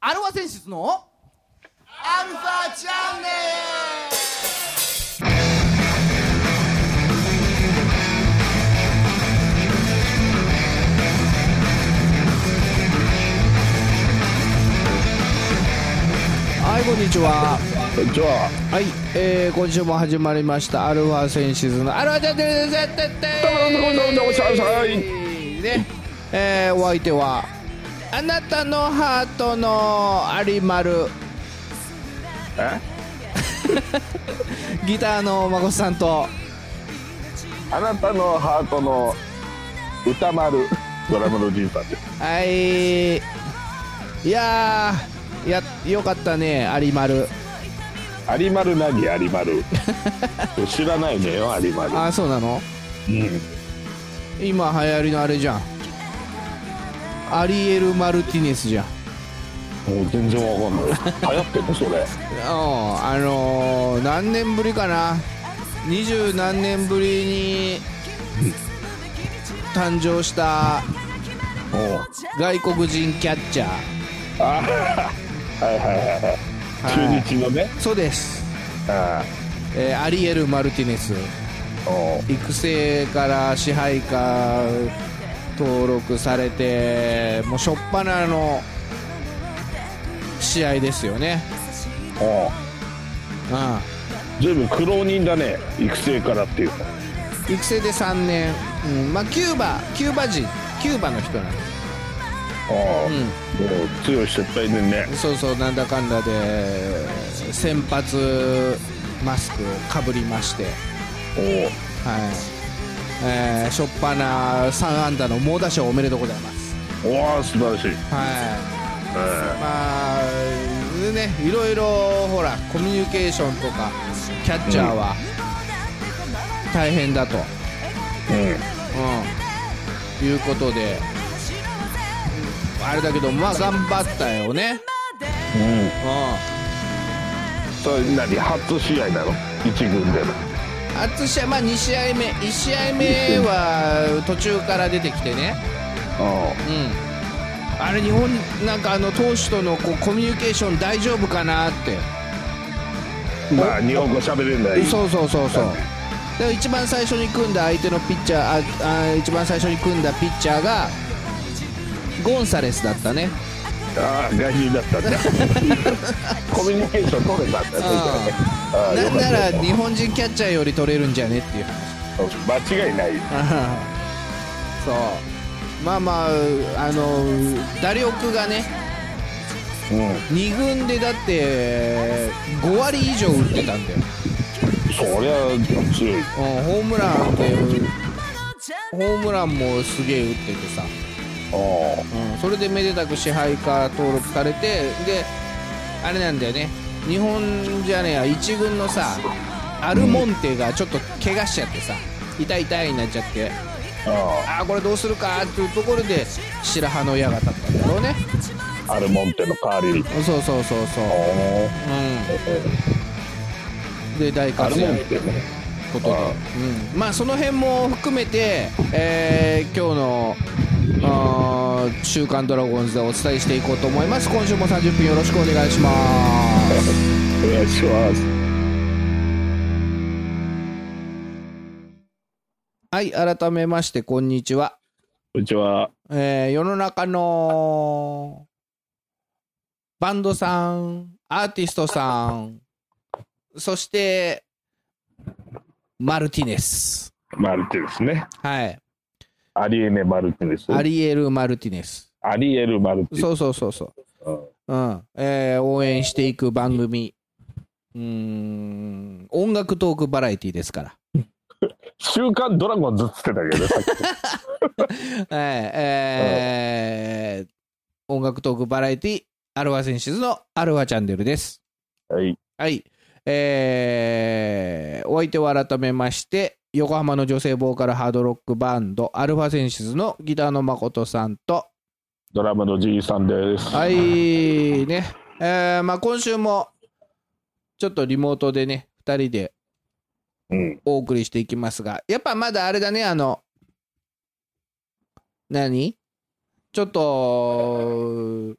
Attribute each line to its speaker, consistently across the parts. Speaker 1: アルファ選出のアルファチャンネル
Speaker 2: はいこんにちは
Speaker 3: こんにちは。
Speaker 2: はい、えー、今週も始まりましたアルファセンシズのアルファチャンネルですやってって
Speaker 3: どうもどうもどうもどうもおしゃれおしゃれ
Speaker 2: ねえー、お相手はあなたのハートのアリマル
Speaker 3: え
Speaker 2: ギターのまこさんと
Speaker 3: あなたのハートの歌丸、ドラムのじいさんです。
Speaker 2: はいいやーやよかったねアリマル
Speaker 3: アリマル何アリマル。知らないのよ、アリマル。
Speaker 2: あそうなの
Speaker 3: うん。
Speaker 2: 今流行りのあれじゃんアリエル・マルティネスじゃん
Speaker 3: もう全然わかんない。流行ってんのそれ。
Speaker 2: うんあのー何年ぶりかな二十何年ぶりに誕生した
Speaker 3: おう
Speaker 2: 外国人キャッチャー
Speaker 3: あはいはいはいはい。
Speaker 2: はい
Speaker 3: 中日のね。
Speaker 2: そうです、
Speaker 3: あ
Speaker 2: えーアリエル・マルティネス
Speaker 3: あおう
Speaker 2: 育成から支配下登録されてもう初っ端の試合ですよね
Speaker 3: おう
Speaker 2: う
Speaker 3: 随分苦労人だね。育成からっていうか。
Speaker 2: ん育成で3年、うんまあ、キューバキューバ人キューバの人なんです
Speaker 3: お
Speaker 2: う
Speaker 3: う
Speaker 2: ん
Speaker 3: もう強い失敗でね。
Speaker 2: そうそうなんだかんだで先発マスクをかぶりまして、はい
Speaker 3: おう
Speaker 2: えー、しょっぱな3安打の猛打賞おめでとうございます、
Speaker 3: おう素晴らしい。
Speaker 2: はい
Speaker 3: え
Speaker 2: まあね、いろいろほらコミュニケーションとかキャッチャーは大変だと、
Speaker 3: え
Speaker 2: うん、いうことであれだけどまあ頑張ったよね、
Speaker 3: うん。うん。
Speaker 2: うん
Speaker 3: それ何初試合なの一軍での
Speaker 2: 初試合、まあ、2試合目1試合目は途中から出てきてね、
Speaker 3: あ
Speaker 2: うん、あれ日本なんかあの投手とのこうコミュニケーション大丈夫かなって
Speaker 3: あまあ日本語喋れない
Speaker 2: そうそうそうそうだから一番最初に組んだ相手のピッチャーああ一番最初に組んだピッチャーがゴンサレスだったね
Speaker 3: ああ外人だ ったんだコミュニケーション取れたんだ
Speaker 2: な
Speaker 3: ああよ
Speaker 2: ん
Speaker 3: かっ
Speaker 2: なら
Speaker 3: た
Speaker 2: 日本人キャッチャーより取れるんじゃねっていう 話
Speaker 3: 間違いない
Speaker 2: そうまあまああの打力がね
Speaker 3: うん
Speaker 2: 2軍でだって5割以上打ってたんだよ、
Speaker 3: そりゃ強い
Speaker 2: うん、ホームランってホームランもすげえ打っててさ、
Speaker 3: あ
Speaker 2: うん、それでめでたく支配下登録されてであれなんだよね日本じゃねえや1軍のさアルモンテがちょっと怪我しちゃってさ痛い痛いになっちゃって
Speaker 3: ああ
Speaker 2: ああこれどうするかっていうところで白羽の矢が立ったんだろうね
Speaker 3: あアルモンテの代わりに
Speaker 2: そうそうそうそう、
Speaker 3: あ
Speaker 2: う
Speaker 3: あ
Speaker 2: ん、で大
Speaker 3: アル
Speaker 2: 活
Speaker 3: モ
Speaker 2: 躍
Speaker 3: ンテね
Speaker 2: ことで
Speaker 3: ああ、
Speaker 2: うん、まあその辺も含めて、えー今日のあー週刊ドラゴンズでお伝えしていこうと思います今週も30分よろしくお願いします
Speaker 3: お願いします
Speaker 2: はい改めましてこんにちは、
Speaker 3: こんにちは
Speaker 2: えー世の中のバンドさんアーティストさんそしてマルティネス
Speaker 3: マルテですね
Speaker 2: はい
Speaker 3: アリエネ・マルテです
Speaker 2: アリエル・マルティネス
Speaker 3: アリエル・マルテ
Speaker 2: そうそうそうそう
Speaker 3: うん
Speaker 2: うんえー応援していく番組うーん音楽トークバラエティーですから、
Speaker 3: 週刊ドラゴンズっつってたけどさっき
Speaker 2: えーえー音楽トークバラエティーアルファセンシズのアルファチャンネルです
Speaker 3: はい
Speaker 2: はいえーお相手を改めまして横浜の女性ボーカルハードロックバンドアルファセンシズのギターの誠さんと
Speaker 3: ドラムのじいさんです
Speaker 2: はいね、えーまあ、今週もちょっとリモートでね2人で
Speaker 3: うん
Speaker 2: お送りしていきますが、やっぱまだあれだね、あの、何ちょっと、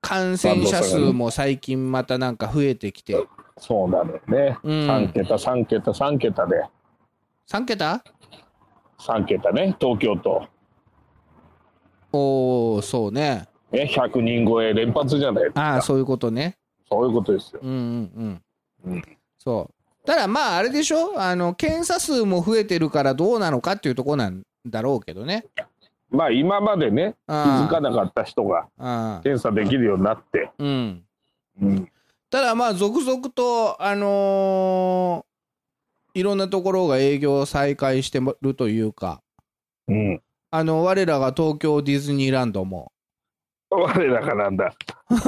Speaker 2: 感染者数も最近またなんか増えてきて、
Speaker 3: そうなのよね、
Speaker 2: うん
Speaker 3: 三3桁3桁3桁で
Speaker 2: 3桁
Speaker 3: 3桁ね東京都
Speaker 2: おー、そうね。
Speaker 3: ね100人超え連発じゃないです
Speaker 2: あ
Speaker 3: か
Speaker 2: あ、そういうことね。
Speaker 3: そういうことですよ
Speaker 2: うんうんうん。
Speaker 3: うん
Speaker 2: そう。ただまあ、あれでしょあの、検査数も増えてるからどうなのかっていうとこなんだろうけどね。
Speaker 3: まあ今までね気
Speaker 2: あ
Speaker 3: づかなかった人が
Speaker 2: あ
Speaker 3: 検査できるようになって、
Speaker 2: うん。
Speaker 3: うん、
Speaker 2: ただまあ、続々と、あのーいろんなところが営業を再開してるというか、
Speaker 3: うん、
Speaker 2: あの、我らが東京ディズニーランドも。
Speaker 3: 我らがなんだ、
Speaker 2: う
Speaker 3: うん
Speaker 2: ん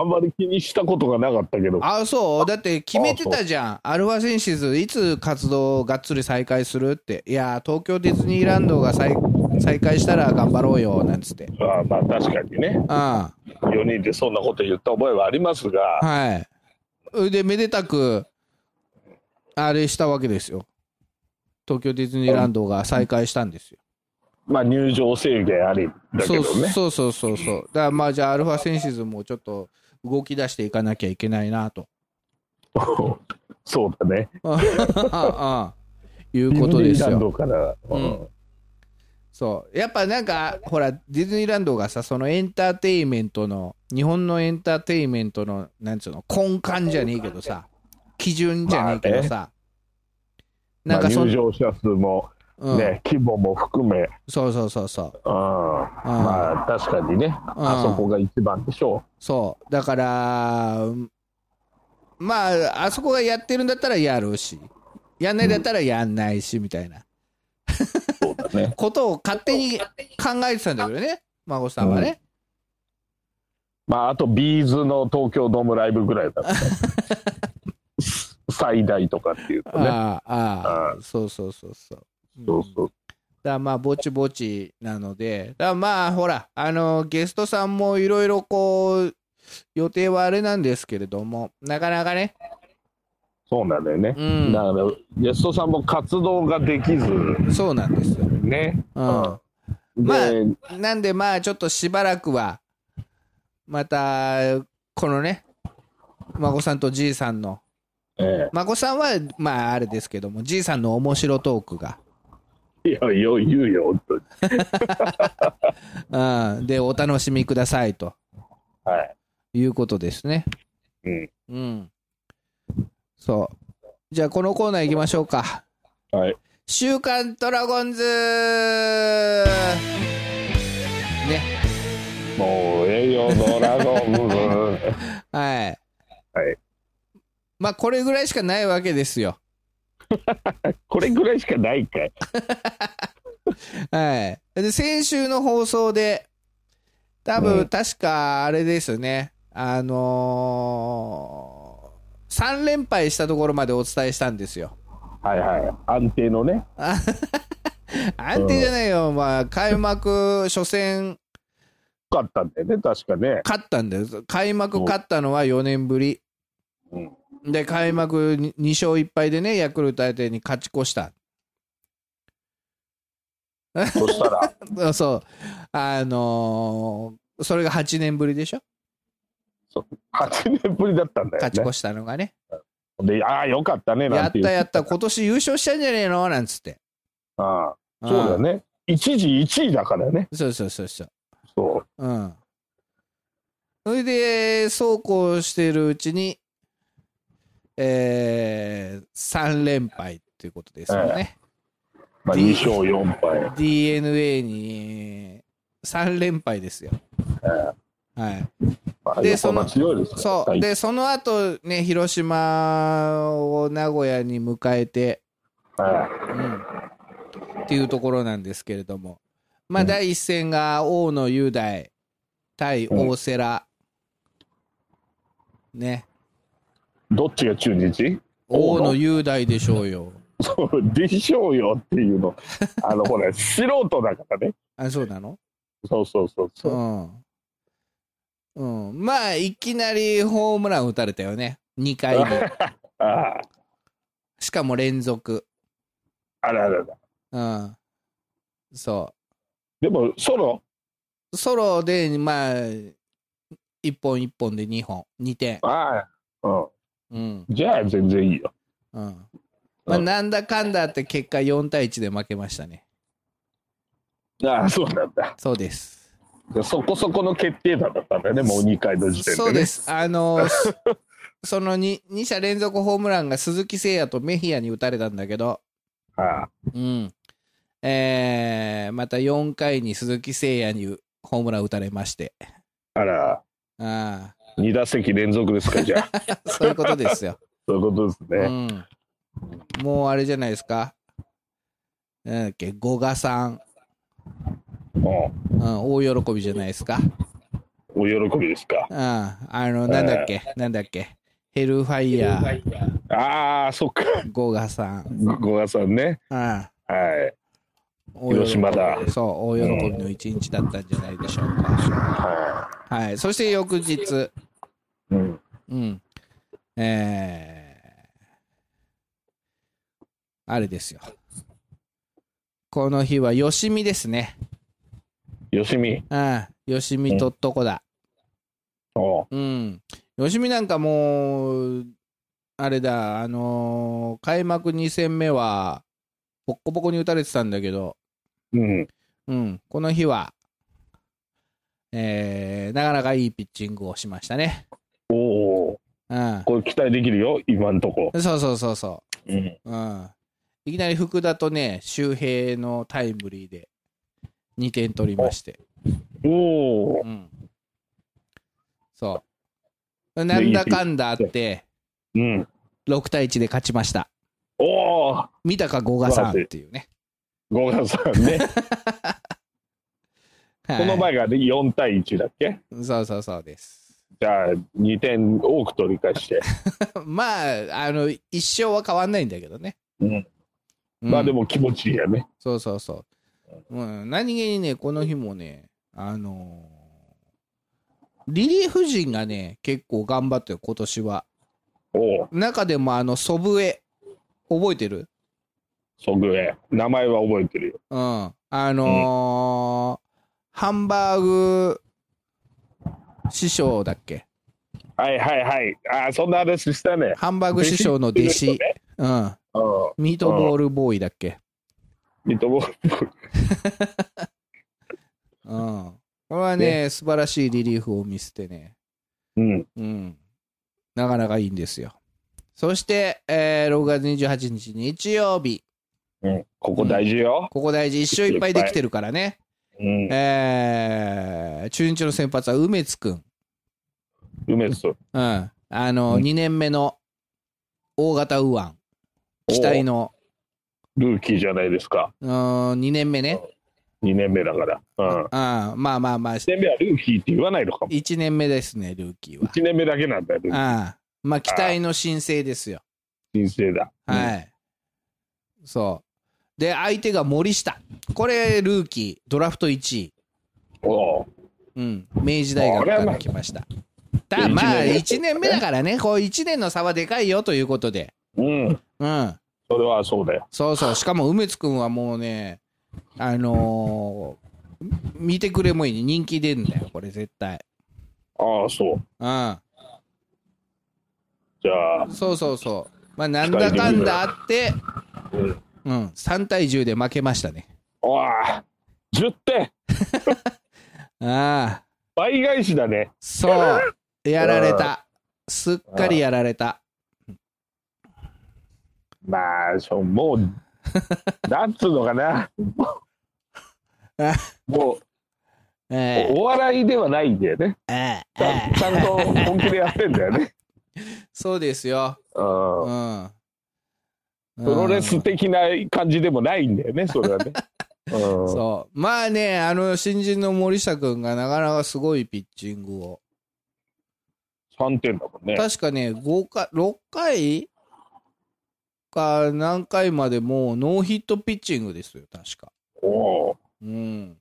Speaker 3: あんまり気にしたことがなかったけど
Speaker 2: あそうだって決めてたじゃんアルファセンシズいつ活動をがっつり再開するっていやー東京ディズニーランドが再再開したら頑張ろうよなんつって
Speaker 3: ああまあ確かにね
Speaker 2: あ
Speaker 3: 4人でそんなこと言った覚えはありますが
Speaker 2: あはいそれでめでたくあれしたわけですよ東京ディズニーランドが再開したんですよ
Speaker 3: まあ入場制限ありだけ
Speaker 2: そう
Speaker 3: どね
Speaker 2: そうそうそうそうだからまあじゃあアルファセンシズもちょっと動き出していかなきゃいけないなと
Speaker 3: そうだね
Speaker 2: ああいうこと
Speaker 3: ディ
Speaker 2: で
Speaker 3: ズ
Speaker 2: す
Speaker 3: ニーラン
Speaker 2: よ
Speaker 3: ドから、うん
Speaker 2: そうやっぱなんかほらディズニーランドがさそのエンターテインメントの日本のエンターテインメントのなんつうの根幹じゃねえけどさ基準じゃねえけどさ、
Speaker 3: ま
Speaker 2: なん
Speaker 3: あ、
Speaker 2: かそ
Speaker 3: 入
Speaker 2: ん、
Speaker 3: 場者数も、
Speaker 2: うん
Speaker 3: ね規模も含め、うん
Speaker 2: そうそうそうそう
Speaker 3: まあ確かにねあそこが一番でしょ
Speaker 2: そうだからうんまああそこがやってるんだったらやるしやんないんだったらやんないしみたいな
Speaker 3: うそうだね
Speaker 2: ことを勝手に考えてたんだけどね孫さんはね、
Speaker 3: まああとビーズの東京ドームライブぐら いだった最大とかっていうとね
Speaker 2: ああああそうそうそうそう
Speaker 3: そうそう
Speaker 2: だからまあぼちぼちなので、だからまあほら、あのゲストさんもいろいろこう、予定はあれなんですけれども、なかなかね、
Speaker 3: そうなんだよね、
Speaker 2: うん
Speaker 3: だからゲストさんも活動ができず
Speaker 2: そうなんですよ。
Speaker 3: ね、
Speaker 2: うん
Speaker 3: うん
Speaker 2: まあ
Speaker 3: で、
Speaker 2: なんでまあちょっとしばらくは、また、このね、孫さんとじいさんの、
Speaker 3: え
Speaker 2: 孫さんはまああれですけども、じいさんの面白トークが、
Speaker 3: えいやいや言うよ本当
Speaker 2: う
Speaker 3: に
Speaker 2: ん、で、お楽しみくださいと
Speaker 3: はい、
Speaker 2: いうことですね。
Speaker 3: うん
Speaker 2: うん。そう。じゃあ、このコーナー行きましょうか。
Speaker 3: はい、
Speaker 2: 週刊ドラゴンズね。
Speaker 3: もうええよドラゴンズ
Speaker 2: はい。
Speaker 3: はい
Speaker 2: まあ、これぐらいしかないわけですよ。
Speaker 3: これぐらいしかないかい
Speaker 2: はい。で、先週の放送で、多
Speaker 3: う
Speaker 2: 分、
Speaker 3: ん
Speaker 2: 確か、あれですね。あのー、3連敗したところまでお伝えしたんですよ。
Speaker 3: はいはい安定のね
Speaker 2: 安定じゃないよ。まあ、開幕初戦
Speaker 3: 良かったんだよね確かね、
Speaker 2: 勝ったんだよ。開幕勝ったのは4年ぶり。
Speaker 3: うん、
Speaker 2: で、開幕に2勝1敗でね、ヤクルト相手に勝ち越した。
Speaker 3: そした ら
Speaker 2: あそう。あのーそれが8年ぶりでしょ
Speaker 3: 8年ぶりだったんだよ
Speaker 2: 勝ち
Speaker 3: ね
Speaker 2: 越したのがね。
Speaker 3: でああよかったね
Speaker 2: や
Speaker 3: な
Speaker 2: っ
Speaker 3: んて
Speaker 2: た
Speaker 3: いう
Speaker 2: やった、今年優勝したんじゃねえのなんつって。
Speaker 3: ああ そうだよ
Speaker 2: ん。
Speaker 3: ね一時1位だからね
Speaker 2: そうそうそうそう。
Speaker 3: そう
Speaker 2: うん。それで、そうこうしてるうちに、え3連敗っていうことですよね。
Speaker 3: まあ、
Speaker 2: D-
Speaker 3: 2勝4敗
Speaker 2: DNA に3連敗ですよ。はい。
Speaker 3: まあ、
Speaker 2: で
Speaker 3: 横浜
Speaker 2: そ
Speaker 3: 強いですから
Speaker 2: そう。
Speaker 3: 最近
Speaker 2: で、その後ね、広島を名古屋に迎えて、
Speaker 3: は
Speaker 2: うん、っていうところなんですけれども、まあ、第一戦が大野雄大対大瀬良、ね、
Speaker 3: いどっちが中日
Speaker 2: 大
Speaker 3: 大野
Speaker 2: 野雄大でしょうよ。
Speaker 3: そうでしょうよっていうのあのほら素人だからね
Speaker 2: あ、そうなの
Speaker 3: そうそうそうそうう、
Speaker 2: ん。うん。まあ、いきなりホームラン打たれたよね。2回で。
Speaker 3: ああ
Speaker 2: しかも連続。
Speaker 3: あらあらあら
Speaker 2: うん。そう。
Speaker 3: でもソロ
Speaker 2: ソロで、まあ、 1本1本で2本2点
Speaker 3: ああ、う
Speaker 2: うん
Speaker 3: ん。じゃあ全然いいよ。
Speaker 2: うんまあ
Speaker 3: うん
Speaker 2: なんだかんだあって結果4対1で負けましたね
Speaker 3: ああ、そうなんだ。
Speaker 2: そうです
Speaker 3: そこそこの決定打だったんだよね、もう2回の時点で、ね。
Speaker 2: そうで。すあのーす その 2, 2者連続ホームランが鈴木誠也とメヒアに打たれたんだけど
Speaker 3: ああ
Speaker 2: うんえー、また4回に鈴木誠也にホームラン打たれまして
Speaker 3: あら、
Speaker 2: ああ
Speaker 3: 2打席連続ですか、じゃあ。
Speaker 2: そういうことですよ。
Speaker 3: そういうことです ね。
Speaker 2: うん、もうあれじゃないですか。なんだっけ、五賀さん、
Speaker 3: うん
Speaker 2: うん、大喜びじゃないですか。
Speaker 3: お喜びですか。
Speaker 2: うん、あの、なんだっけ、なんだっけ、ヘルファイヤー、
Speaker 3: ああ、そっか。
Speaker 2: 五賀さん、
Speaker 3: ごごがさんね。
Speaker 2: うん、
Speaker 3: はい。
Speaker 2: 大喜び
Speaker 3: 広島だ
Speaker 2: そう、大喜びの一日だったんじゃないでしょうか。
Speaker 3: は
Speaker 2: はい、そして翌日、
Speaker 3: い。うん。
Speaker 2: うん、えーあれですよ。この日は、よしみですね。
Speaker 3: よしみ。
Speaker 2: ああ、よしみとっとこだ。
Speaker 3: おう
Speaker 2: うん。よしみなんかもう、あれだ、あのー開幕2戦目は、ボッコボコに打たれてたんだけど、
Speaker 3: うん。
Speaker 2: うん、この日は、えー、なかなかいいピッチングをしましたね。
Speaker 3: おお。
Speaker 2: うん。
Speaker 3: これ期待できるよ、今んとこ。
Speaker 2: そうそうそうそ
Speaker 3: うん。
Speaker 2: う。うん。いきなり福田とね、周平のタイムリーで2点取りまして。
Speaker 3: おお。
Speaker 2: うん。そう。なんだかんだあって、
Speaker 3: うん。
Speaker 2: 6対1で勝ちました。
Speaker 3: おお。
Speaker 2: 三鷹五賀さんっていうね。
Speaker 3: ごがさ んね。
Speaker 2: はい
Speaker 3: この前がね、4対1だっけ
Speaker 2: そうそうそうです。
Speaker 3: じゃあ、2点多く取り返して。
Speaker 2: まあ、あの、一生は変わんないんだけどね。
Speaker 3: うん。
Speaker 2: うん
Speaker 3: まあでも気持ちいいやね。
Speaker 2: そうそうそう。うん、何気にね、この日もね、あのーリリーフ陣がね、結構頑張ってる、今年は。
Speaker 3: おお。
Speaker 2: 中でも、あの、祖父江、覚えてる
Speaker 3: そぐえ。名前は覚えてるよ。
Speaker 2: うん。あのーハンバーグ師匠だっけ
Speaker 3: はいはいはい。ああ、そんな話したね。
Speaker 2: ハンバーグ師匠の弟子。うん。
Speaker 3: うん。
Speaker 2: ミートボールボーイだっけ
Speaker 3: ミートボール。
Speaker 2: うん。これはね、素晴らしいリリーフを見せてね、
Speaker 3: うん。
Speaker 2: うん。なかなかいいんですよ。そして、えー6月28日日曜日、
Speaker 3: うん。ここ大事よ。
Speaker 2: ここ大事、一勝いっぱいできてるからね、
Speaker 3: うん。
Speaker 2: えー中日の先発は梅津くん、
Speaker 3: 梅津。
Speaker 2: うん、あの、
Speaker 3: うん
Speaker 2: 2年目の大型右腕、期待の、
Speaker 3: ルーキーじゃないですか。
Speaker 2: うん、2年目ね、
Speaker 3: 2年目だから。うん。
Speaker 2: うん、まあまあまあ、
Speaker 3: 1年目はルーキーって言わないのかも。
Speaker 2: 1年目ですね、ルーキーは。
Speaker 3: 1年目だけなんだよ、ルーキー。
Speaker 2: ああまあ、期待の新星ですよ。
Speaker 3: 人生だ。
Speaker 2: はい。そう。で、相手が森下。これ、ルーキー、ドラフト1位。
Speaker 3: うん。おう
Speaker 2: うん。明治大学から来ました。ただ、
Speaker 3: 一年
Speaker 2: まあ、1年
Speaker 3: 目
Speaker 2: 目だからね、こう、1年の差はでかいよということで。
Speaker 3: う
Speaker 2: う
Speaker 3: ん。
Speaker 2: ん。
Speaker 3: それはそうだよ。
Speaker 2: そうそう。しかも、梅津君はもうね、あのー見てくれもいい人気出るんだよ、これ、絶対。
Speaker 3: ああ、そ
Speaker 2: う
Speaker 3: う。
Speaker 2: ん。
Speaker 3: じゃあ、
Speaker 2: そうそうそう。まあ、なんだかんだあって、
Speaker 3: うん。
Speaker 2: うん、3対10で負けましたね。
Speaker 3: おあ、10点
Speaker 2: ああ。
Speaker 3: 倍返しだね。
Speaker 2: そう、やられた。すっかりやられた。
Speaker 3: まあ、そう もう、なんつうのかな。もう、
Speaker 2: え
Speaker 3: おお笑いではないんだよね。
Speaker 2: えええ
Speaker 3: ちゃんちゃんと本気でやってんだよね。
Speaker 2: そうですよ。
Speaker 3: うん
Speaker 2: う。ん。プ
Speaker 3: プロレス的な感じでもないんだよ ね、それはね。うん、そ
Speaker 2: そう。まあね、あの、新人の森下君がなかなかすごいピッチングを。
Speaker 3: 3点だもんね。
Speaker 2: 確かね、5回、6回か何回までもうノーヒットピッチングですよ、確か。
Speaker 3: おー
Speaker 2: うん。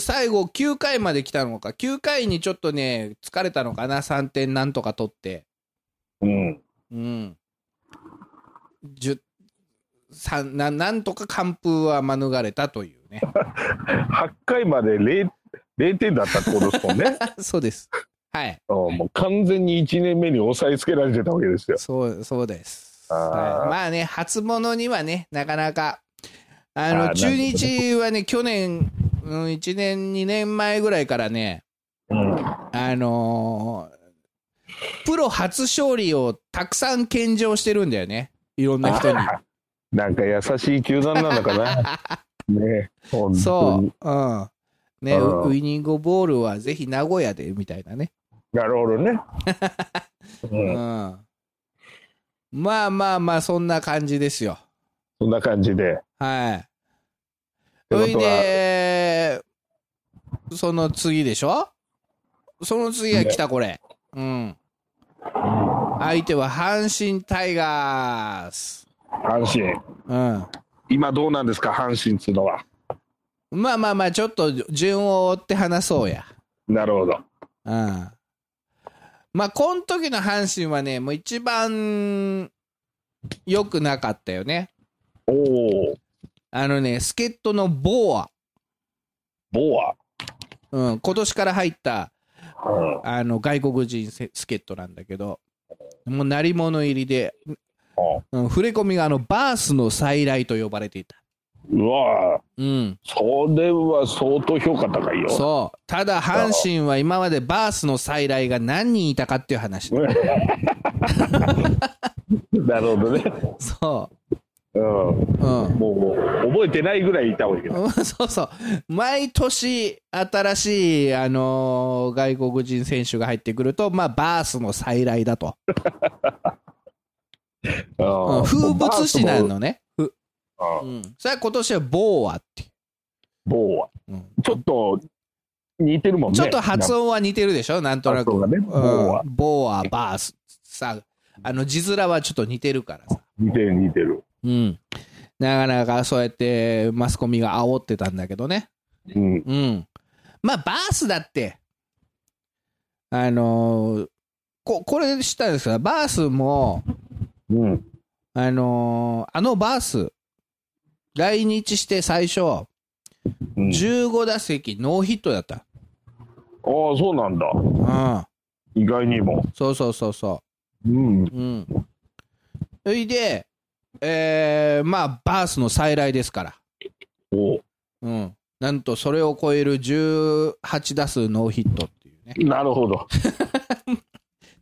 Speaker 2: 最後、9回まで来たのか。9回にちょっとね、疲れたのかな。3点なんとか取って。
Speaker 3: うん。
Speaker 2: うん。じゅさんななんとか完封は免れたというね。
Speaker 3: 8回まで0 0点だったってことですもん ね。
Speaker 2: そうです。はい。
Speaker 3: うんもう完全に1年目に抑えつけられてたわけですよ。
Speaker 2: そう、そうです。
Speaker 3: あー
Speaker 2: はい、まあね、初物にはね、なかなか。あの、
Speaker 3: あー
Speaker 2: 中日はね、去年、うん、1年、2年前ぐらいからね、
Speaker 3: うん、
Speaker 2: あのープロ初勝利をたくさん献上してるんだよね。いろんな人に。
Speaker 3: なんか優しい球団なのか な。ね本当
Speaker 2: そ
Speaker 3: に。
Speaker 2: う。うん。ね、ウ
Speaker 3: あー
Speaker 2: ウイニングボールはぜひ名古屋で、みたいなね。
Speaker 3: なるほど ね。う、
Speaker 2: うんん。まあまあまあ、そんな感じですよ。
Speaker 3: そんな感じで。
Speaker 2: はい。
Speaker 3: てこと
Speaker 2: そ
Speaker 3: は
Speaker 2: れで、その次でしょその次が来たこれ。うん。相手は阪神タイガース。
Speaker 3: 阪神。
Speaker 2: うん。
Speaker 3: 今どうなんですか、阪神っつうのは。
Speaker 2: まあまあまあ、ちょっと順を追って話そうや。
Speaker 3: なるほど。
Speaker 2: うん。まあ、この時の阪神はね、もう一番良くなかったよね。
Speaker 3: おお、
Speaker 2: あのね、助っ人のボーア。
Speaker 3: ボア。
Speaker 2: うん、今年から入った
Speaker 3: うん
Speaker 2: あの外国人せ助っ人なんだけど、もう鳴り物入りで、うん、触れ込みがあのバースの再来と呼ばれていた。
Speaker 3: うん、うわ
Speaker 2: うん、
Speaker 3: それは相当評価高いよ。
Speaker 2: そう。ただ、阪神は今までバースの再来が何人いたかっていう話。
Speaker 3: なるほどね。
Speaker 2: そ
Speaker 3: うん。
Speaker 2: う。うん。
Speaker 3: もうもう覚えてないぐらいいたわけだ。
Speaker 2: うんそうそう、毎年、新しい、あのー外国人選手が入ってくると、まあ、バースの再来だと、うん風物詩なのね、ふ
Speaker 3: う
Speaker 2: うんん、それは今年はボーアってい
Speaker 3: ボア。
Speaker 2: う、うん
Speaker 3: ちょっと似てるもんね。
Speaker 2: ちょっと発音は似てるでしょ、なんとなく、
Speaker 3: 発音がね
Speaker 2: うん
Speaker 3: ボーア
Speaker 2: ボーア、バース、さあの字面はちょっと似てるからさ、
Speaker 3: 似てる似てる。
Speaker 2: うん、なかなかそうやってマスコミが煽ってたんだけどね。
Speaker 3: うん。
Speaker 2: うん。まあ、バースだって、あのーこ、これ知ったんですけど、バースも、
Speaker 3: うん。
Speaker 2: あのーあのバース、来日して最初、
Speaker 3: うん、
Speaker 2: 15打席ノーヒットだった。
Speaker 3: ああ、そうなんだ。
Speaker 2: うん。
Speaker 3: 意外にも。
Speaker 2: そうそうそうそ
Speaker 3: うん。
Speaker 2: う。うん。それで、えー、まあ、バースの再来ですから。
Speaker 3: おう
Speaker 2: うん。なんと、それを超える18打数ノーヒットっていうね。
Speaker 3: なるほど。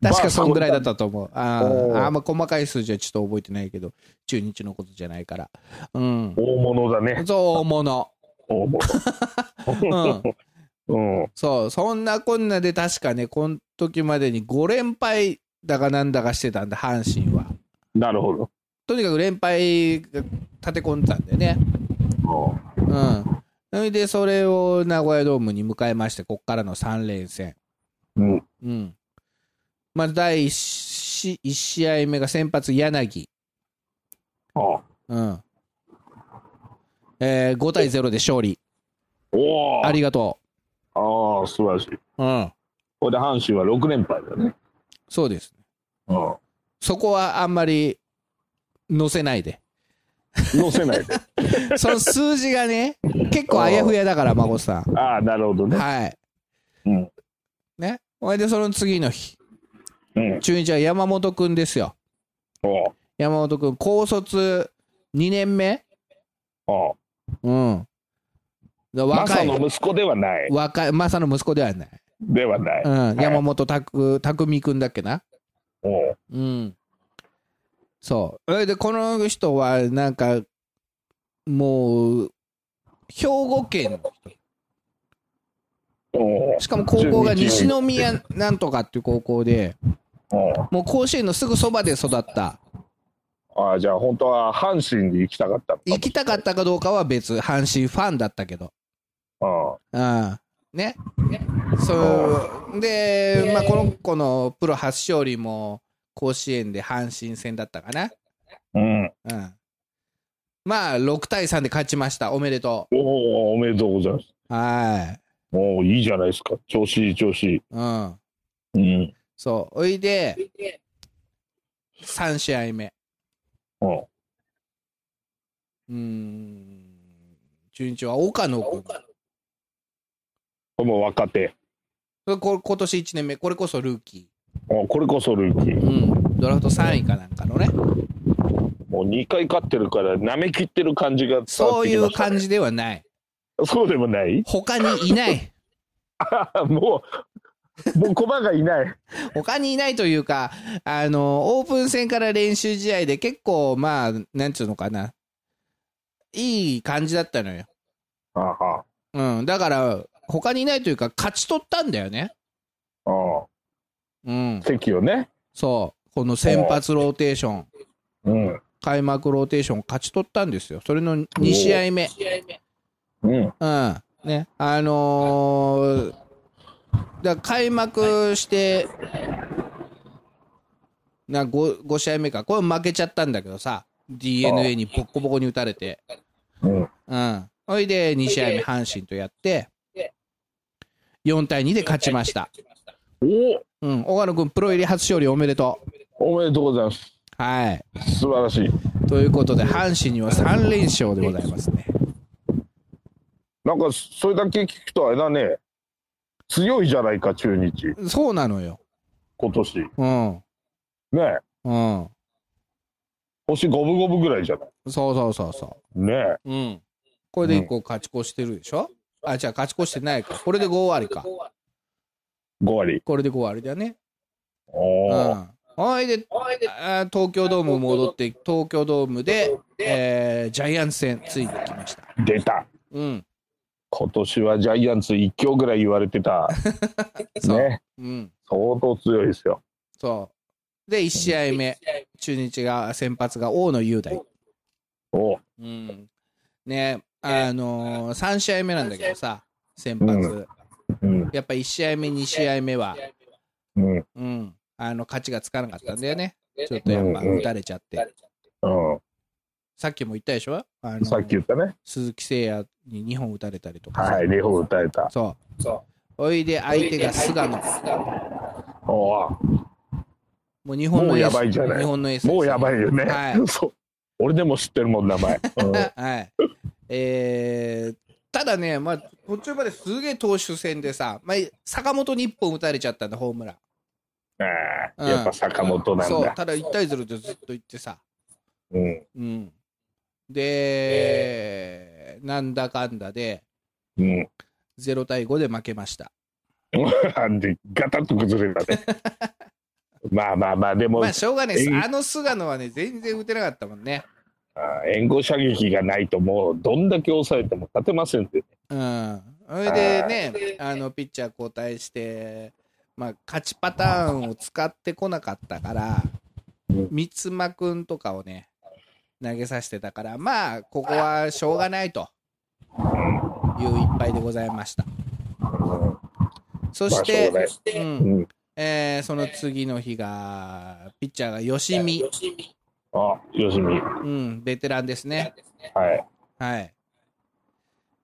Speaker 2: 確かそんぐらいだったと思う。あ
Speaker 3: お
Speaker 2: ー
Speaker 3: ー
Speaker 2: あんま細かい数字はちょっと覚えてないけど、中日のことじゃないから。うん。
Speaker 3: 大物だね。
Speaker 2: そう、大物。
Speaker 3: 大物。 うん。
Speaker 2: そう、そんなこんなで確かね、この時までに5連敗だかなんだかしてたんだ、阪神は。
Speaker 3: なるほど。
Speaker 2: とにかく連敗が立て込んでたんだよね。うん。それで、それを名古屋ドームに迎えまして、こっからの3連戦。
Speaker 3: うん。
Speaker 2: うん。まあ、第 1, し一試合目が先発、柳。
Speaker 3: ああ
Speaker 2: うん。えー、5対0で勝利。
Speaker 3: おお。
Speaker 2: ありがと
Speaker 3: ああ、素晴らしい。
Speaker 2: う。うん。
Speaker 3: これで阪神は六連敗だね。
Speaker 2: そうです。
Speaker 3: う
Speaker 2: そこはあんまり載せないで。
Speaker 3: ん。乗せない で。
Speaker 2: その数字がね、結構あやふやだから、孫さん。
Speaker 3: ああ、なるほどね。
Speaker 2: はい。
Speaker 3: うん。
Speaker 2: ね。ほいで、その次の日、
Speaker 3: うん。
Speaker 2: 中日は山本くんですよ。
Speaker 3: おう
Speaker 2: 山本くん、高卒2年目
Speaker 3: おう
Speaker 2: うん。
Speaker 3: マ
Speaker 2: 若
Speaker 3: サ
Speaker 2: い
Speaker 3: の。息子ではない。
Speaker 2: 若い、マサの息子ではない。
Speaker 3: ではない。
Speaker 2: うん。
Speaker 3: はい
Speaker 2: 山本拓、匠くんだっけな。
Speaker 3: おう
Speaker 2: うん。そう。それで、この人は、なんか、もう、兵庫県、
Speaker 3: おう
Speaker 2: しかも高校が
Speaker 3: 中日
Speaker 2: 西宮なんとかっていう高校で、
Speaker 3: おう
Speaker 2: もう甲子園のすぐそばで育った。
Speaker 3: ああ、じゃあ本当は阪神に行きたかったのかも
Speaker 2: 行きたかったかどうかは別、阪神ファンだったけど。
Speaker 3: あ
Speaker 2: うん。ね。そう。で、まあ、この子のプロ初勝利も、甲子園で阪神戦だったかな。
Speaker 3: あうん。
Speaker 2: うん。まあ、6対3で勝ちました。おめでと
Speaker 3: おお、おめでとうございます。
Speaker 2: う。はい。
Speaker 3: おお、いいじゃないですか。調子いい、調子いい。
Speaker 2: うん。
Speaker 3: うん。
Speaker 2: そう。おいで、3試合目。
Speaker 3: おう
Speaker 2: うーん。中日は岡野君。
Speaker 3: これも若手。
Speaker 2: れこ今年1年目、これこそルーキ
Speaker 3: おこれこそルーキー
Speaker 2: ー。。うん。ドラフト3位かなんかのね。
Speaker 3: もう2回勝ってるから、舐めきってる感じが伝わ
Speaker 2: そ
Speaker 3: っ
Speaker 2: う
Speaker 3: て
Speaker 2: い
Speaker 3: きま
Speaker 2: う
Speaker 3: した、
Speaker 2: 感
Speaker 3: ね。
Speaker 2: じではない。
Speaker 3: そうでもない
Speaker 2: 他にいない。
Speaker 3: あ もう、もう駒がいない。
Speaker 2: 他にいないというか、あの、オープン戦から練習試合で結構、まあ、なんつうのかな。いい感じだったのよ。
Speaker 3: あは
Speaker 2: うん。だから、他にいないというか、勝ち取ったんだよね。
Speaker 3: ああ
Speaker 2: うん。
Speaker 3: 席をね。
Speaker 2: そう。この先発ローテーション、
Speaker 3: うん。
Speaker 2: 開幕ローテーション勝ち取ったんですよ。それの2試合目。
Speaker 3: うん。
Speaker 2: うん。ね。あのーだから開幕して、な 5, 5試合目か。これ負けちゃったんだけどさ。DNA にボッコボコに打たれて。
Speaker 3: うん。
Speaker 2: うん。ほいで、2試合目、阪神とやって、4対2で勝ちました。
Speaker 3: お
Speaker 2: うん。岡野君、プロ入り初勝利おめでと
Speaker 3: おめでとうございます。
Speaker 2: う。はい。
Speaker 3: 素晴らしい。
Speaker 2: ということで、阪神には3連勝でございますね。
Speaker 3: なんか、それだけ聞くとあれだね。強いじゃないか、中日。
Speaker 2: そうなのよ。
Speaker 3: 今年。ね
Speaker 2: うん。うん。
Speaker 3: え。
Speaker 2: そ
Speaker 3: 星五分五分ぐらいじゃないう
Speaker 2: そうそうそ
Speaker 3: ねえ。
Speaker 2: う。うん。これで1個勝ち越してるでしょ、あ、違う、勝ち越してないか。これで5割か。
Speaker 3: 5割。
Speaker 2: これで5割だね。
Speaker 3: お
Speaker 2: う
Speaker 3: ー
Speaker 2: ん。ほいで、あ東京ドーム戻って、東京ドームで、えージャイアンツ戦、ついに来ました。
Speaker 3: 出た。
Speaker 2: うん。
Speaker 3: 今年はジャイアンツ一強ぐらい言われてた。
Speaker 2: そう。
Speaker 3: ね。
Speaker 2: うん。
Speaker 3: 相当強いですよ。
Speaker 2: そう。で、1試合目、中日が、先発が大野雄大。
Speaker 3: おー
Speaker 2: うん。ね、あのー、3試合目なんだけどさ、先発。
Speaker 3: うんうん。
Speaker 2: やっぱ1試合目、2試合目は、
Speaker 3: うん。
Speaker 2: うん、あの、勝ちがつかなかったんだよね。ちょっとやっぱ
Speaker 3: うん
Speaker 2: 打たれちゃって。
Speaker 3: う
Speaker 2: さっきも言ったでしょあの
Speaker 3: ん。さっき言ったね。
Speaker 2: 鈴木誠也に2本打たれたりとかさ。
Speaker 3: はい。両方打たれた。
Speaker 2: そう。おいで相手が菅野。
Speaker 3: おー
Speaker 2: もう日本のエース。
Speaker 3: もうやばいじゃない
Speaker 2: 日本のエースですね、
Speaker 3: もうやばいよね。
Speaker 2: はい
Speaker 3: そう。俺でも知ってるもん、 名前。うん
Speaker 2: はい。えー、ただね、まあ、途中まですげえ投手戦でさ、まあ、坂本に1本打たれちゃったんだ、ホームラン。
Speaker 3: あ
Speaker 2: う
Speaker 3: あ
Speaker 2: ん
Speaker 3: やっぱ坂本なん
Speaker 2: そう、
Speaker 3: だ。
Speaker 2: ただ1対0でずっと行ってさ。
Speaker 3: うん。
Speaker 2: うん。で、なんだかんだで、
Speaker 3: うん。
Speaker 2: 0対5で負けました。
Speaker 3: で、ガタッと崩れた ね。まあまあまあ、でも
Speaker 2: まあ、、しょうがないです。
Speaker 3: えー
Speaker 2: あの菅野はね、全然打てなかったもんね。
Speaker 3: あー援護射撃がないと、もう、どんだけ抑えても勝てませんって。
Speaker 2: うん。それでね、あの、ピッチャー交代して、まあ、勝ちパターンを使ってこなかったから、
Speaker 3: うん
Speaker 2: 三間くんとかをね、投げさせてたから、まあ、ここはしょうがないという一敗でございました。そして、
Speaker 3: まあし
Speaker 2: う
Speaker 3: うんん。
Speaker 2: えーその次の日が、ピッチャーが吉見、
Speaker 3: あ、よしみ。
Speaker 2: うん、ベテランですね。
Speaker 3: はい。
Speaker 2: はい。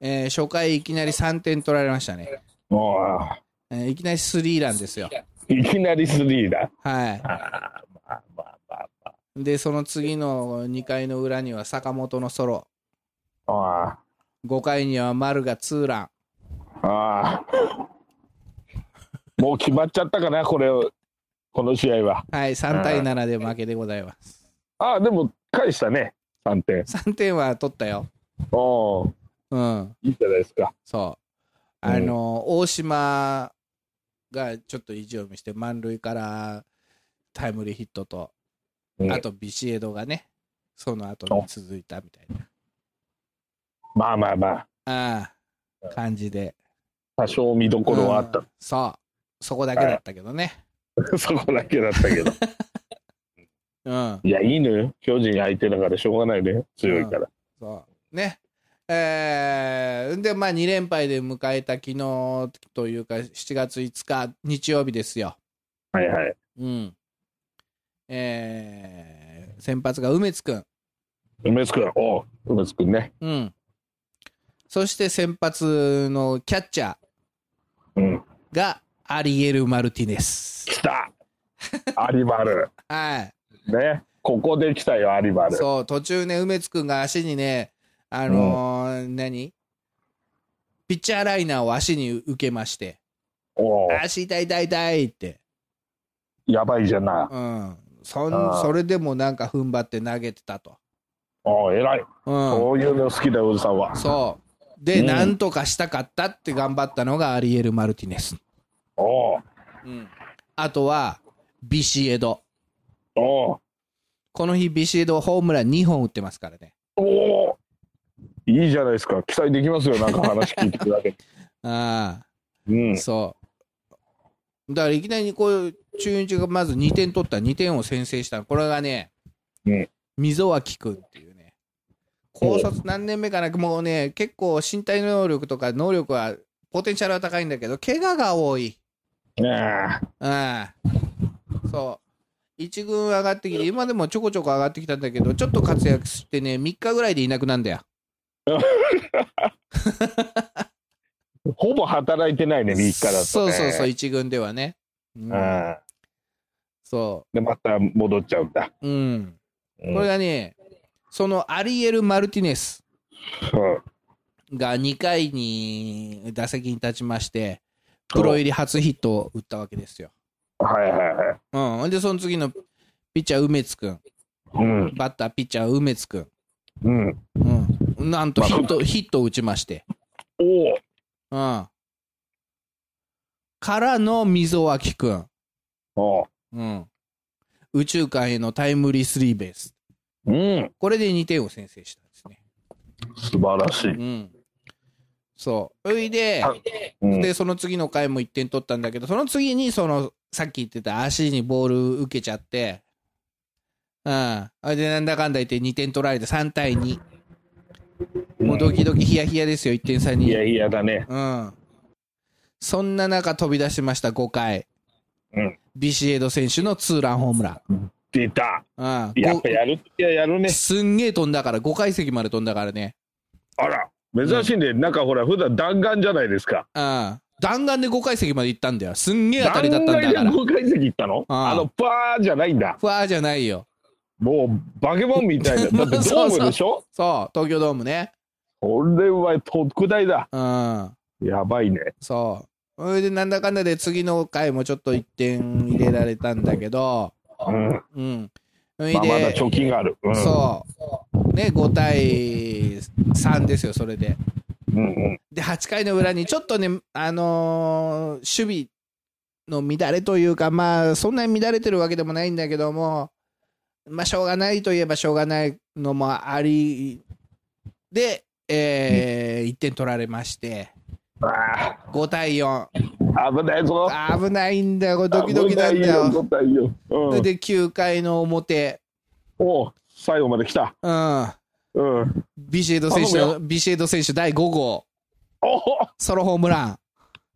Speaker 2: えー初回いきなり3点取られましたね。
Speaker 3: もうあ
Speaker 2: えーいきなりスリーランですよ。
Speaker 3: ー、いきなりスリーだ。
Speaker 2: は
Speaker 3: あーまあまあまあま
Speaker 2: い。で、その次の2回の裏には坂本のソロ。
Speaker 3: あ。あ
Speaker 2: 5回には丸がツーラン。
Speaker 3: あ。ああ。もう決まっちゃったかな、これを。この試合は。
Speaker 2: はい、3対7で負けでございます。
Speaker 3: ああ、でも、返したね。3点。
Speaker 2: 3点は取ったよ。
Speaker 3: おお、
Speaker 2: うん、
Speaker 3: いいじゃないですか。
Speaker 2: そう。あの、大島がちょっと意地を見せて、満塁からタイムリーヒットと、
Speaker 3: うん
Speaker 2: あとビシエドがね、その後に続いたみたいな。
Speaker 3: まあまあまあ、
Speaker 2: ああ、感じで。
Speaker 3: 多少見どころはあっ
Speaker 2: うんそう。そこだけだったけどね。
Speaker 3: た。 そこだけだった けど。
Speaker 2: うん。
Speaker 3: いや、いいのよ。巨人相手だからしょうがないね。強いから。
Speaker 2: そう。ね。えー、で、まあ、2連敗で迎えた昨日というか、7月5日、日曜日ですよ。
Speaker 3: はいはい。
Speaker 2: うん。えー、先発が梅津くん。
Speaker 3: 梅津君、おう梅津君ね。
Speaker 2: うん。そして先発のキャッチャー
Speaker 3: うん。
Speaker 2: がアリエル・マルティネス。
Speaker 3: 来たアリバル。
Speaker 2: はい。
Speaker 3: ね。ここで来たよ、アリバル。
Speaker 2: そう、途中ね、梅津くんが足にね、あのー何ピッチャーライナーを足に受けまして、
Speaker 3: おー
Speaker 2: 足痛い痛い痛いって、
Speaker 3: やばいじゃんな。
Speaker 2: うん、そ
Speaker 3: あ
Speaker 2: ん
Speaker 3: ー
Speaker 2: それでもなんか踏ん張って投げてたと。
Speaker 3: おー偉い。
Speaker 2: うん、
Speaker 3: こういうの好きだよ、おじさんは。
Speaker 2: そう。で、
Speaker 3: うん
Speaker 2: なんとかしたかったって頑張ったのがアリエル・マルティネス。
Speaker 3: おー
Speaker 2: うん、あとは、ビシエド。
Speaker 3: おー
Speaker 2: この日、ビシエドホームラン2本打ってますからね。
Speaker 3: おーいいじゃないですか。期待できますよ、なんか話聞いてるだ けで。
Speaker 2: ああ、
Speaker 3: うん。
Speaker 2: そう。だからいきなりこういう中日がまず2点取った、2点を先制した。これがね、
Speaker 3: うん
Speaker 2: 溝脇君っていうね、高卒何年目かな、もうね、結構身体能力とか能力は、ポテンシャルは高いんだけど、怪我が多い。
Speaker 3: ねえ。
Speaker 2: うん。そう。一軍上がってきて、今でもちょこちょこ上がってきたんだけど、ちょっと活躍してね、3日ぐらいでいなくなんだよ。
Speaker 3: ほぼ働いてないね、3日だと、ね。
Speaker 2: そうそうそう、。一軍ではね。うん
Speaker 3: うん。
Speaker 2: そ
Speaker 3: で、また戻っちゃうんだ。
Speaker 2: う。うん。
Speaker 3: うん
Speaker 2: これがね、そのアリエル・マルティネス
Speaker 3: うん
Speaker 2: が2回に打席に立ちまして、プロ入り初ヒットを打ったわけですよ。
Speaker 3: はいはいはい。
Speaker 2: うん。で、その次のピッチャー、梅津君。
Speaker 3: うん。
Speaker 2: バッター、ピッチャー、梅津君。
Speaker 3: うん。
Speaker 2: うん。なんとヒット、ヒットを打ちまして。
Speaker 3: おお。
Speaker 2: うん。からの溝脇君。
Speaker 3: お
Speaker 2: うん。宇宙間へのタイムリースリーベース。
Speaker 3: うん。
Speaker 2: これで2点を先制したんですね。
Speaker 3: 素晴らしい。
Speaker 2: うん。そう。それで、
Speaker 3: あうん。
Speaker 2: で、その次の回も1点取ったんだけど、その次に、その、さっき言ってた足にボール受けちゃって、うん。あれで、なんだかんだ言って2点取られて3対2。もうドキドキヒヤヒヤですよ、1点差
Speaker 3: い
Speaker 2: に。
Speaker 3: やいやだね。
Speaker 2: うん。そんな中飛び出しました、5回。
Speaker 3: うん
Speaker 2: ビシエド選手のツーランホームラ
Speaker 3: 出た。
Speaker 2: ン。うん。
Speaker 3: やっぱやるときはやるね
Speaker 2: ご。すんげえ飛んだから、5階席まで飛んだからね。
Speaker 3: あら。珍しいね。なんかほら、普段弾丸じゃないですか。
Speaker 2: うん。弾丸で5階席まで行ったんだよ。すんげえ当た
Speaker 3: 弾
Speaker 2: りだったん
Speaker 3: 丸
Speaker 2: だ
Speaker 3: で
Speaker 2: から。
Speaker 3: 5階席行ったの
Speaker 2: ああ
Speaker 3: あの、パーじゃないんだ。
Speaker 2: ふわーじゃないよ。
Speaker 3: もう、バケモンみた いな。だってドームでしょ
Speaker 2: そう、東京ドームね。
Speaker 3: これは特大だ。
Speaker 2: うん。
Speaker 3: やばいね。
Speaker 2: そう。それで、なんだかんだで次の回もちょっと1点入れられたんだけど、
Speaker 3: うん。ま
Speaker 2: うん。そ
Speaker 3: あ
Speaker 2: れ
Speaker 3: ま
Speaker 2: で、
Speaker 3: だ貯金がある。うん。
Speaker 2: そう。ね、5対3ですよ、それで。
Speaker 3: うんうん。
Speaker 2: で、8回の裏に、ちょっとね、あのー守備の乱れというか、まあ、そんなに乱れてるわけでもないんだけども、まあ、しょうがないといえばしょうがないのもあり、で、え1点取られまして、
Speaker 3: あ
Speaker 2: 5対4。
Speaker 3: あ、危ないぞ。
Speaker 2: 危ないんだよ、これドキドキなんだ
Speaker 3: 危
Speaker 2: よ。
Speaker 3: ないよ。危ないよ。うん。
Speaker 2: で、9回の表、
Speaker 3: おう最後まで来た。
Speaker 2: うん、
Speaker 3: うん。
Speaker 2: ビシエド選手の、ビシエド選手第5号、
Speaker 3: おお
Speaker 2: ソロホームラン。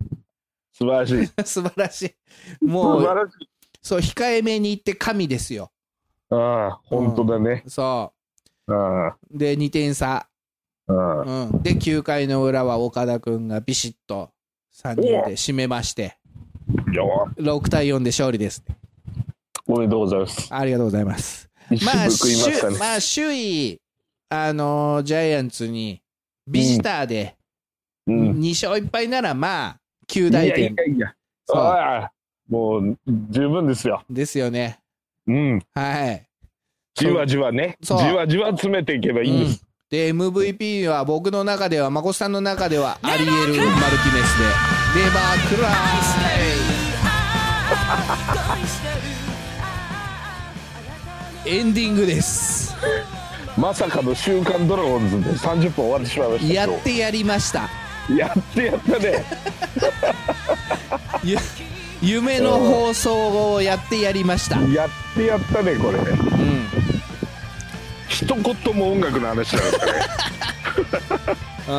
Speaker 3: 素晴らしい。
Speaker 2: 素晴らしい。
Speaker 3: 素
Speaker 2: も
Speaker 3: 晴
Speaker 2: う、
Speaker 3: らしい。
Speaker 2: そう、控えめに言って神ですよ。
Speaker 3: ああ、本当だね。
Speaker 2: そ
Speaker 3: うん。
Speaker 2: う。で、2点差。
Speaker 3: うん。
Speaker 2: うん。で、9回の裏は岡田君がビシッと3人で締めまして、
Speaker 3: よ
Speaker 2: 6対4で勝利です。
Speaker 3: おめでとうございます。
Speaker 2: ありがとうございます。
Speaker 3: 一
Speaker 2: まあ、
Speaker 3: 瞬報いました
Speaker 2: 首
Speaker 3: ね。
Speaker 2: まあ、首位、あのージャイアンツに、ビジターで
Speaker 3: うん。
Speaker 2: 2勝1敗なら、まあ、9
Speaker 3: いや
Speaker 2: 大
Speaker 3: いや
Speaker 2: 点
Speaker 3: いや。
Speaker 2: そう
Speaker 3: ああ、もう十分ですよ。
Speaker 2: ですよね。
Speaker 3: うん。
Speaker 2: はい。
Speaker 3: じわじわね。じ
Speaker 2: そう
Speaker 3: わじわ詰めていけばいいんです。
Speaker 2: で、MVP は僕の中では、まこさんの中では、アリエル・マルティネスで、ネバークライエンディングです。
Speaker 3: まさかの週刊ドラゴンズで30分終わってしまいましたけど。
Speaker 2: やってやりました。
Speaker 3: やってやったね。
Speaker 2: ゆ夢の放送をやってやりました。うん。
Speaker 3: やってやったね、これ。一言も音楽の話じゃなかったね。
Speaker 2: うん、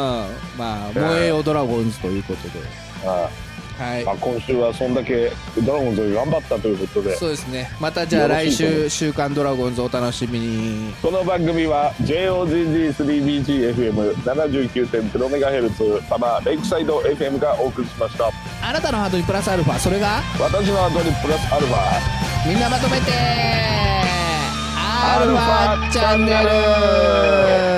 Speaker 2: まあ、燃えよドラゴンズということで。
Speaker 3: あ
Speaker 2: はい
Speaker 3: あまあ、。今週はそんだけドラゴンズが頑張ったということで。
Speaker 2: そうですね。またじゃあ来週、週刊ドラゴンズお楽しみに。
Speaker 3: この番組は JOGG3BGFM79.0MHz サマーレイクサイド FM がお送りしました
Speaker 2: あなたのハートにプラスアルファ、それが、
Speaker 3: 私の後にプラスアルファ
Speaker 2: みんなまとめてア
Speaker 3: ア
Speaker 2: ル
Speaker 3: ル
Speaker 2: フ
Speaker 3: フ
Speaker 2: ァ
Speaker 3: ァ
Speaker 2: チ
Speaker 3: チ
Speaker 2: ャ
Speaker 3: ャ
Speaker 2: ン
Speaker 3: ン
Speaker 2: ネ
Speaker 3: ネ
Speaker 2: ル